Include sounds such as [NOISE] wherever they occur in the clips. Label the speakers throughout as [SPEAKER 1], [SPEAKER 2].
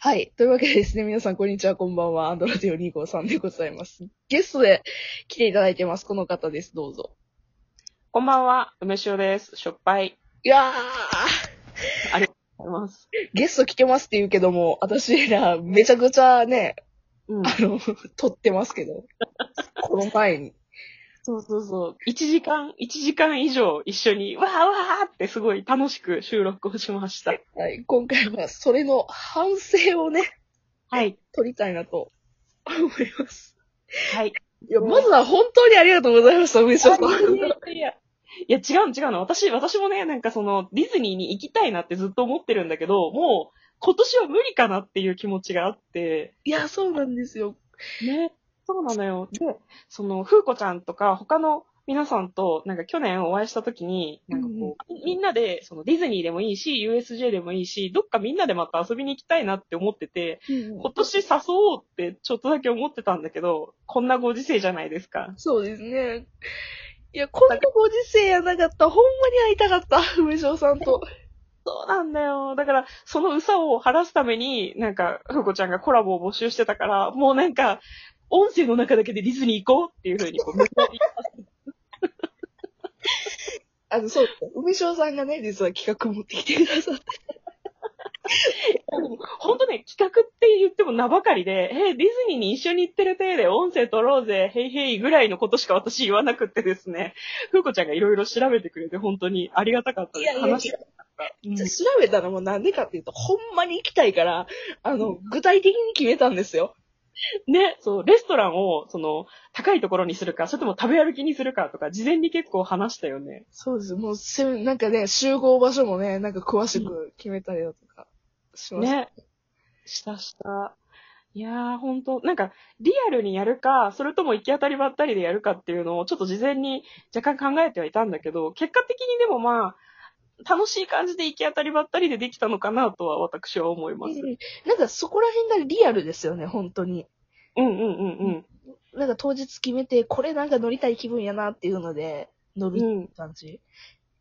[SPEAKER 1] はい。というわけでですね、皆さん、こんにちは、こんばんは。アンドロデオ253さんでございます。ゲストで来ていただいてます。この方です。どうぞ。
[SPEAKER 2] こんばんは、梅塩です。しょっぱい。
[SPEAKER 1] いや
[SPEAKER 2] ありがとうございます。
[SPEAKER 1] ー、ゲスト来てますって言うけども、私ら、めちゃくちゃね、
[SPEAKER 2] うん。
[SPEAKER 1] あの、 [LAUGHS] 撮ってますけど、この前に。
[SPEAKER 2] そうそうそう。1時間、一時間以上一緒に、わーわーってすごい楽しく収録をしました。
[SPEAKER 1] はい。今回は、それの反省をね、
[SPEAKER 2] はい。
[SPEAKER 1] 撮りたいなと思います。
[SPEAKER 2] はい。
[SPEAKER 1] いや、まずは本当にありがとうございました、梅
[SPEAKER 2] い
[SPEAKER 1] 沢さん。
[SPEAKER 2] やいやいや、違うの違うの。私、私もね、なんかその、ディズニーに行きたいなってずっと思ってるんだけど、もう、今年は無理かなっていう気持ちがあって、
[SPEAKER 1] いや、そうなんですよ。
[SPEAKER 2] ね、そうなのよ。で、その、ふうこちゃんとか、他の皆さんと、なんか去年お会いした時に、なんかこう、みみんなで、そのディズニーでもいいし、USJ でもいいし、どっかみんなでまた遊びに行きたいなって思ってて、今年誘おうってちょっとだけ思ってたんだけど、こんなご時世じゃないですか。
[SPEAKER 1] そうですね。いや、こんなご時世やなかった。ほんまに会いたか [LAUGHS] った。梅沢さんと。
[SPEAKER 2] そうなんだよ。だから、そのうさを晴らすために、なんか、ふうこちゃんがコラボを募集してたから、もうなんか、音声の中だけでディズニー行こうっていうふうにこう、無理やり
[SPEAKER 1] あの、そう。梅沢さんがね、実は企画持ってきてくださって。
[SPEAKER 2] ほんとね、企画って言っても名ばかりで、えー、ディズニーに一緒に行ってる体で音声取ろうぜ、へいへいぐらいのことしか私言わなくってですね、ふうこちゃんがいろいろ調べてくれて本当にありがたかったです。話がうん
[SPEAKER 1] じゃあ調べたらもうなんでかっていうと、ほんまに行きたいから、あの、具体的に決めたんですよ。
[SPEAKER 2] ね、そう、レストランを、その、高いところにするか、それとも食べ歩きにするかとか、事前に結構話したよね。
[SPEAKER 1] そうです。もうせ、なんかね、集合場所もね、なんか詳しく決めたりだとかしました。
[SPEAKER 2] ね。したした。いやー、ほんと、なんか、リアルにやるか、それとも行き当たりばったりでやるかっていうのを、ちょっと事前に若干考えてはいたんだけど、結果的にでもまあ、楽しい感じで行き当たりばったりでできたのかなとは私は思います。うん
[SPEAKER 1] なんかそこら辺がリアルですよね、本当に。
[SPEAKER 2] うんうん
[SPEAKER 1] なんか当日決めて、これなんか乗りたい気分やなっていうので、乗
[SPEAKER 2] うん。う
[SPEAKER 1] る
[SPEAKER 2] ん。
[SPEAKER 1] 感じ。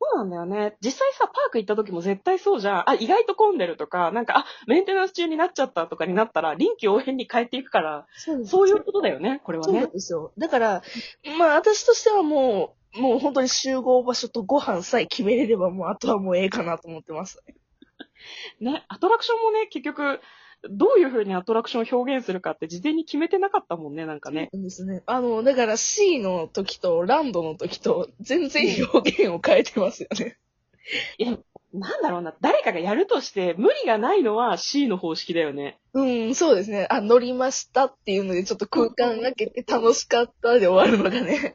[SPEAKER 2] そうなんだよね。実際さ、パーク行った時も絶対そうじゃん。あ、意外と混んでるとか、なんか、あ、メンテナンス中になっちゃったとかになったら、臨機応変に変えていくから、
[SPEAKER 1] そうです
[SPEAKER 2] そういうことだよね、これは
[SPEAKER 1] そうな
[SPEAKER 2] ね
[SPEAKER 1] ん。ですよ。だから、まあ私としてはもう、もう本当に集合場所とご飯さえ決めれれば、もうあとはもうええかなと思ってます。
[SPEAKER 2] ね、アトラクションもね、結局、どういう風にアトラクションを表現するかって事前に決めてなかったもんね、なんかね。
[SPEAKER 1] そうですね。あの、だから C の時とランドの時と全然表現を変えてますよね。
[SPEAKER 2] いや、なんだろうな、誰かがやるとして無理がないのは C の方式だよね。
[SPEAKER 1] うん、そうですね。あ、乗りましたっていうので、ちょっと空間がけて楽しかったで終わるのが [LAUGHS] ね。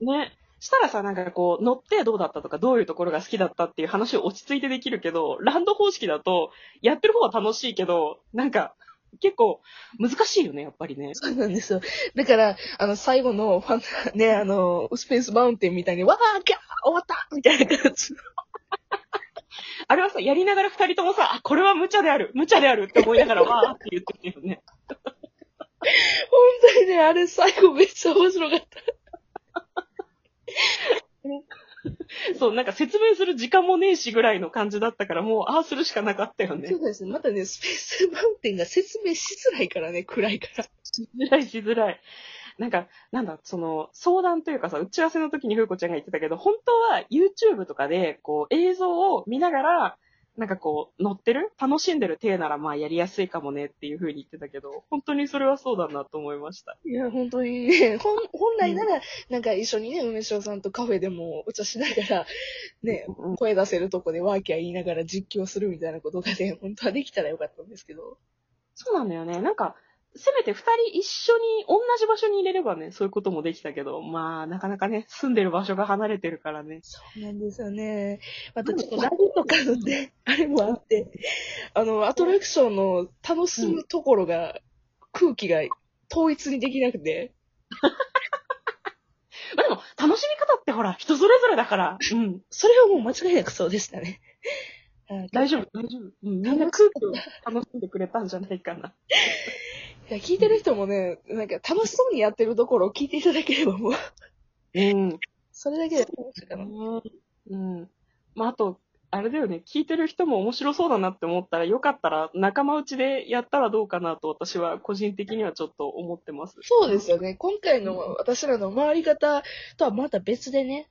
[SPEAKER 2] ね。したらさ、なんかこう、乗ってどうだったとか、どういうところが好きだったっていう話を落ち着いてできるけど、ランド方式だと、やってる方は楽しいけど、なんか、結構、難しいよね、やっぱりね。
[SPEAKER 1] そうなんですよ。だから、あの、最後のファンタ、ね、あの、スペースマウンテンみたいに、わー、キャー、終わったみたいな感 [LAUGHS] じ。
[SPEAKER 2] あれはさ、やりながら二人ともさ、あ、これは無茶である、無茶であるって思いながら、わーって言ってるよね。
[SPEAKER 1] 本当にね、あれ最後めっちゃ面白かった。
[SPEAKER 2] そう、なんか説明する時間もねえしぐらいの感じだったから、もう、ああするしかなかったよね
[SPEAKER 1] そ。うですね。またね、スペースマウンテンが説明しづらいからね、暗いから。
[SPEAKER 2] しづらいしづらい。なんか、なんだ、その、相談というかさ、打ち合わせの時にふうこちゃんが言ってたけど、本当は YouTube とかで、こう、映像を見ながら、なんかこう、乗ってる楽しんでる体なら、まあ、やりやすいかもねっていうふうに言ってたけど、本当にそれはそうだなと思いました。
[SPEAKER 1] いや、本当にね、本本来なら、なんか一緒にね、梅塩さんとカフェでもお茶しながら、ね、
[SPEAKER 2] うん
[SPEAKER 1] 声出せるとこでワーキャー言いながら実況するみたいなことがね、本当はできたらよかったんですけど。
[SPEAKER 2] そうなんだよね。なんか、せめて二人一緒に、同じ場所に入れればね、そういうこともできたけど、まあ、なかなかね、住んでる場所が離れてるからね。
[SPEAKER 1] そうなんですよね。またちょっとラグとかのね、あれもあって、あの、アトラクションの楽しむところが、空気が統一にできなくて、
[SPEAKER 2] まあでも、楽しみ方ってほら、人それぞれだから、うん、
[SPEAKER 1] それはもう間違いなくそうでしたね。
[SPEAKER 2] 大丈夫、大丈夫。うん、みんな空気を楽しんでくれたんじゃないかな。
[SPEAKER 1] いや、聞いてる人もね、なんか楽しそうにやってるところを聞いていただければもう、
[SPEAKER 2] うん。
[SPEAKER 1] それだけで楽しいかな。
[SPEAKER 2] うん。まあ、あと、あれだよね、聞いてる人も面白そうだなって思ったら、よかったら仲間内でやったらどうかなと私は個人的にはちょっと思ってます。
[SPEAKER 1] そうですよね。今回の私らの回り方とはまた別でね、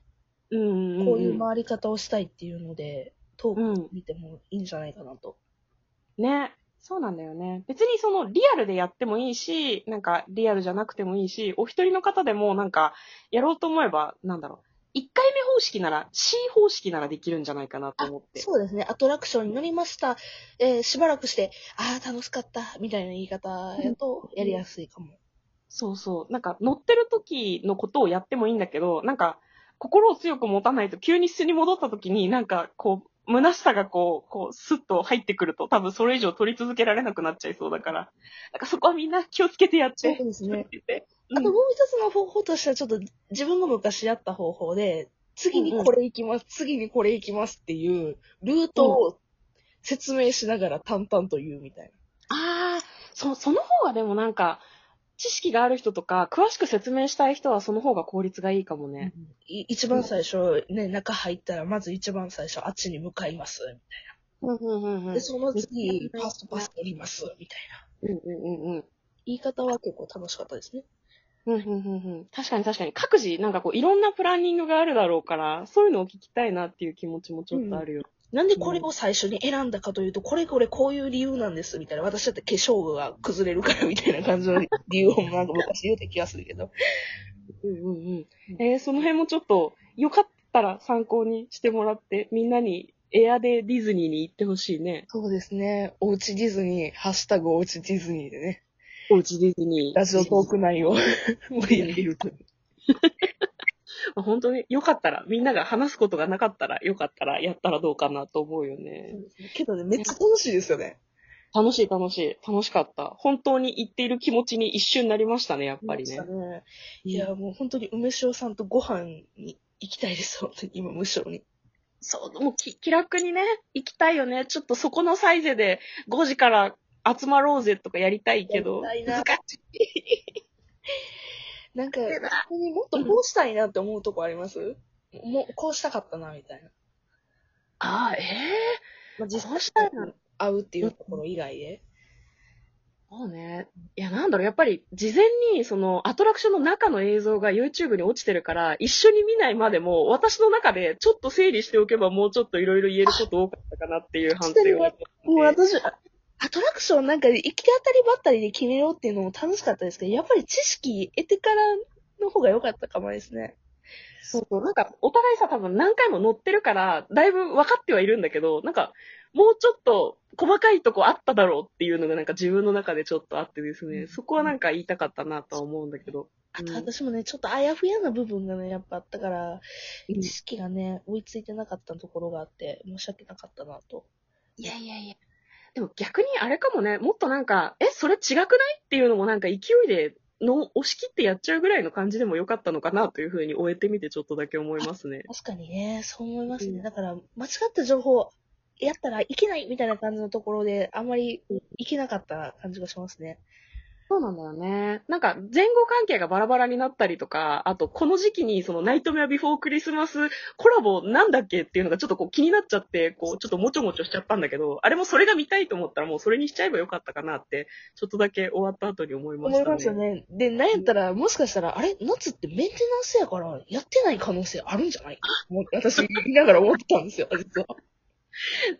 [SPEAKER 2] うんうんうん。
[SPEAKER 1] こういう回り方をしたいっていうので、ト
[SPEAKER 2] う
[SPEAKER 1] ーク
[SPEAKER 2] ん。
[SPEAKER 1] 見てもいいんじゃないかなと。
[SPEAKER 2] ね。そうなんだよね。別にそのリアルでやってもいいし、なんかリアルじゃなくてもいいし、お一人の方でもなんかやろうと思えば、なんだろう。一回目方式なら C 方式ならできるんじゃないかなと思って。
[SPEAKER 1] そうですね。アトラクションに乗りました。えーしばらくして、ああ、楽しかった、みたいな言い方やと、やりやすいかも。
[SPEAKER 2] そうそう。なんか乗ってる時のことをやってもいいんだけど、なんか心を強く持たないと急に素に戻った時になんかこう、虚しさがこう、こう、スッと入ってくると多分それ以上取り続けられなくなっちゃいそうだから。なんかそこはみんな気をつけてやって。
[SPEAKER 1] そうですね。
[SPEAKER 2] [LAUGHS] 気をつけて
[SPEAKER 1] あともう一つの方法としては、ちょっと自分が昔やった方法で、次にこれ行きます、次にこれ行きますっていう、ルートを説明しながら淡々と言うみたいな。
[SPEAKER 2] ああ、そ、その方がでもなんか、知識がある人とか、詳しく説明したい人はその方が効率がいいかもね。
[SPEAKER 1] い一番最初、ね、中入ったら、まず一番最初、あっちに向かいます。
[SPEAKER 2] うんうんうんうん。
[SPEAKER 1] で、その次、パスパス取ります。みたいな。
[SPEAKER 2] うんうんうんうん。
[SPEAKER 1] 言い方は結構楽しかったですね。
[SPEAKER 2] うんうんうんうん。確かに確かに。各自、なんかこう、いろんなプランニングがあるだろうから、そういうのを聞きたいなっていう気持ちもちょっとあるよ。
[SPEAKER 1] なんでこれを最初に選んだかというと、これこれこういう理由なんです、みたいな。私だって化粧が崩れるから、みたいな感じの理由をなんか昔言うた気がするけど。
[SPEAKER 2] うんうんうん。えーその辺もちょっと、よかったら参考にしてもらって、みんなにエアでディズニーに行ってほしいね。
[SPEAKER 1] そうですね。おうちディズニー、ハッシュタグおうちディズニーでね、
[SPEAKER 2] おうちディズニー。
[SPEAKER 1] ラジオトーク内 [LAUGHS] を盛り上げるという。
[SPEAKER 2] 本当によかったら、みんなが話すことがなかったら、よかったらやったらどうかなと思うよね。
[SPEAKER 1] けどね、めっちゃ楽しいですよね。
[SPEAKER 2] 楽しい楽しい。楽しかった。本当に言っている気持ちに一瞬なりましたね、やっぱりね。
[SPEAKER 1] ね。いや、もう本当に梅塩さんとご飯に行きたいです、本当に。今、無性に。
[SPEAKER 2] そう、もうき気楽にね、行きたいよね。ちょっとそこのサイズで5時から集まろうぜとかやりたいけど。
[SPEAKER 1] やりたいな
[SPEAKER 2] 難しい
[SPEAKER 1] [LAUGHS] なんか、
[SPEAKER 2] な。
[SPEAKER 1] 本当にもっとこうしたいなって思うとこありますもう、こうしたかったな、みたいな。
[SPEAKER 2] ああ、え
[SPEAKER 1] まあ、
[SPEAKER 2] え
[SPEAKER 1] 実際
[SPEAKER 2] うしたいな
[SPEAKER 1] 会うっていうところ以外で。
[SPEAKER 2] そうね。いや、なんだろう、やっぱり、事前に、その、アトラクションの中の映像が YouTube に落ちてるから、一緒に見ないまでも、私の中で、ちょっと整理しておけば、もうちょっといろいろ言えること多かったかなっていう反省
[SPEAKER 1] 確かに
[SPEAKER 2] を。
[SPEAKER 1] もう私、アトラクションなんか行き当たりばったりで決めようっていうのも楽しかったですけど、やっぱり知識得てからの方が良かったかもですね。
[SPEAKER 2] そうそう。なんか、お互いさ、多分何回も乗ってるから、だいぶ分かってはいるんだけど、なんか、もうちょっと、細かいとこあっただろうっていうのが、なんか自分の中でちょっとあってですね、そこはなんか言いたかったなとは思うんだけど。
[SPEAKER 1] あと
[SPEAKER 2] うん
[SPEAKER 1] 私もね、ちょっとあやふやな部分がね、やっぱあったから、
[SPEAKER 2] うん
[SPEAKER 1] 知識がね、追いついてなかったところがあって、申し訳なかったなと。
[SPEAKER 2] いやいやいや。でも逆にあれかもね、もっとなんか、え、それ違くないっていうのもなんか勢いで、の、押し切ってやっちゃうぐらいの感じでもよかったのかなというふうに終えてみてちょっとだけ思いますね。
[SPEAKER 1] 確かにね、そう思います
[SPEAKER 2] う
[SPEAKER 1] ね。
[SPEAKER 2] ん
[SPEAKER 1] だから、間違った情報、やったらいけないみたいな感じのところで、あんまりいけなかった感じがしますね。
[SPEAKER 2] そうなんだよね。なんか前後関係がバラバラになったりとか、あとこの時期にそのナイトメアビフォークリスマスコラボなんだっけっていうのがちょっとこう気になっちゃって、こうちょっともちょもちょしちゃったんだけど、あれもそれが見たいと思ったらもうそれにしちゃえばよかったかなって、ちょっとだけ終わった後に思いました
[SPEAKER 1] 思
[SPEAKER 2] ね。
[SPEAKER 1] いますよね。で、なんやったら、もしかしたら、あれ夏ってメンテナンスやから、やってない可能性あるんじゃないもう私、言いながら思ってたんですよ、実は。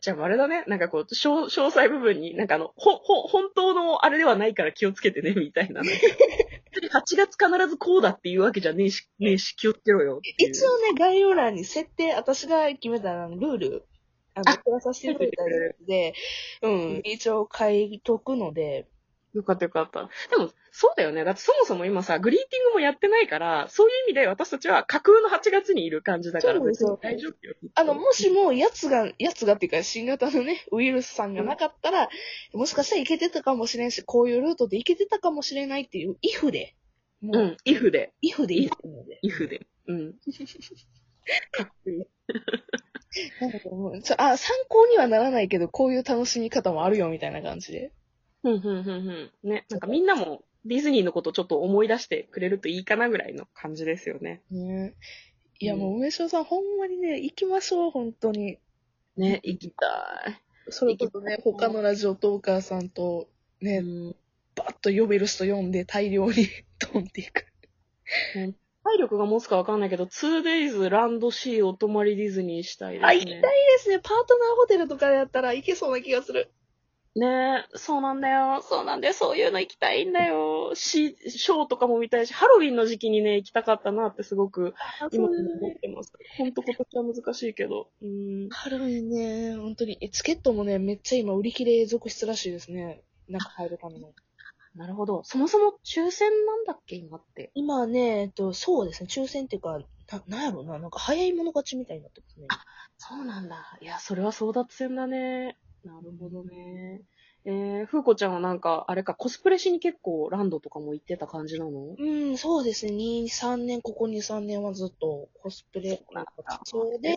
[SPEAKER 2] じゃあ、あれだね。なんかこう、詳詳細部分に、なんかあの、ほ、ほ、本当のあれではないから気をつけてね、みたいな。8月必ずこうだっていうわけじゃねえし、ねえし、気をつけろよっていう。
[SPEAKER 1] 一応ね、概要欄に設定、私が決めたあのルール、あの、
[SPEAKER 2] あ
[SPEAKER 1] 送らさせていただいたやつで、うん、一応書いとくので、
[SPEAKER 2] よかったよかった。でも、そうだよね。だってそもそも今さ、グリーティングもやってないから、そういう意味で私たちは架空の8月にいる感じだから、
[SPEAKER 1] そうです
[SPEAKER 2] 別に
[SPEAKER 1] よ
[SPEAKER 2] 大丈夫よ。
[SPEAKER 1] あの、もしも、やつが、やつがっていうか、新型のね、ウイルスさんがなかったら、もしかしたらいけてたかもしれんし、こういうルートでいけてたかもしれないっていう、イフで、も
[SPEAKER 2] う
[SPEAKER 1] う、
[SPEAKER 2] ん、イフで、
[SPEAKER 1] イフでいいと思うので。
[SPEAKER 2] イフで。
[SPEAKER 1] [LAUGHS]
[SPEAKER 2] うん。かっこいい。
[SPEAKER 1] なんかもうちょあ、参考にはならないけど、こういう楽しみ方もあるよ、みたいな感じで。
[SPEAKER 2] ふんふんふんふん。ね、なんかみんなもディズニーのことちょっと思い出してくれるといいかなぐらいの感じですよね。
[SPEAKER 1] ねいや、
[SPEAKER 2] うん
[SPEAKER 1] もう、梅塩さん、ほんまにね、行きましょう、本当に。
[SPEAKER 2] ね、行きた
[SPEAKER 1] それこそね、他のラジオトーカーさんと、
[SPEAKER 2] い。
[SPEAKER 1] ね、
[SPEAKER 2] ん、
[SPEAKER 1] バッと読める人読んで大量に [LAUGHS] 飛んでいく。
[SPEAKER 2] 体力が持つかわかんないけど、2days ランド C お泊まりディズニーしたいですね。
[SPEAKER 1] あ、行きたいですね。パートナーホテルとかやったら行けそうな気がする。
[SPEAKER 2] ねえ、そうなんだよ。そうなんだよ。そういうの行きたいんだよ。し、ショーとかも見たいし、ハロウィンの時期にね、行きたかったなってすごく、
[SPEAKER 1] あ
[SPEAKER 2] 今思ってます。ほんと今年は難しいけど。うん。
[SPEAKER 1] ハロウィンね、本当に。えチケットもね、めっちゃ今売り切れ続出らしいですね。中入るための。
[SPEAKER 2] なるほど。そもそも抽選なんだっけ、今って。
[SPEAKER 1] 今ね、えっと、そうですね、抽選っていうか、な、なんやろうな、なんか早い者勝ちみたいになってますね。
[SPEAKER 2] そうなんだ。いや、それは争奪戦だね。なるほどね。えー、ふうこちゃんはなんか、あれか、コスプレしに結構ランドとかも行ってた感じなの
[SPEAKER 1] うん、そうですね、2、3年、ここ2、3年はずっとコスプレ
[SPEAKER 2] そうなんだ、
[SPEAKER 1] それで、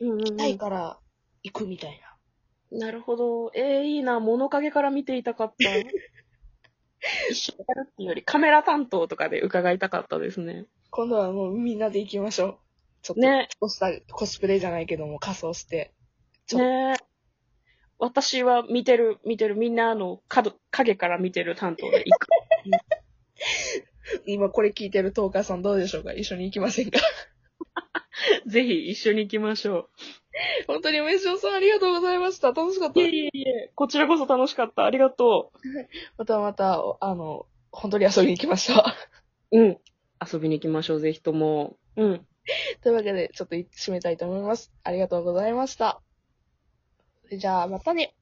[SPEAKER 2] うんうん、
[SPEAKER 1] タイから行くみたいな。
[SPEAKER 2] なるほど。えー、いいな。物陰から見ていたかった。 [LAUGHS] 一緒にやるっていうより、カメラ担当とかで伺いたかったですね。
[SPEAKER 1] 今度はもうみんなで行きましょう。ちょっと、
[SPEAKER 2] ね、
[SPEAKER 1] コスタコスプレじゃないけども、仮装して。ちょ
[SPEAKER 2] ね。私は見てる、見てる、みんなあの角、影から見てる担当で行 [LAUGHS] く。
[SPEAKER 1] 今これ聞いてるトーカーさんどうでしょうか一緒に行きませんか [LAUGHS]
[SPEAKER 2] ぜひ一緒に行きましょ
[SPEAKER 1] 本当に梅塩さんありがとうございました。楽しかっ
[SPEAKER 2] う。
[SPEAKER 1] た
[SPEAKER 2] い。えいえいえ、こちらこそ楽しかった。ありがと
[SPEAKER 1] またまた、あの、本当に遊びに来ました。
[SPEAKER 2] う。うん。遊びに行きましょう、ぜひとも。うん。
[SPEAKER 1] [LAUGHS] というわけで、ちょっと締めたいと思います。ありがとうございました。それじゃあ、またね。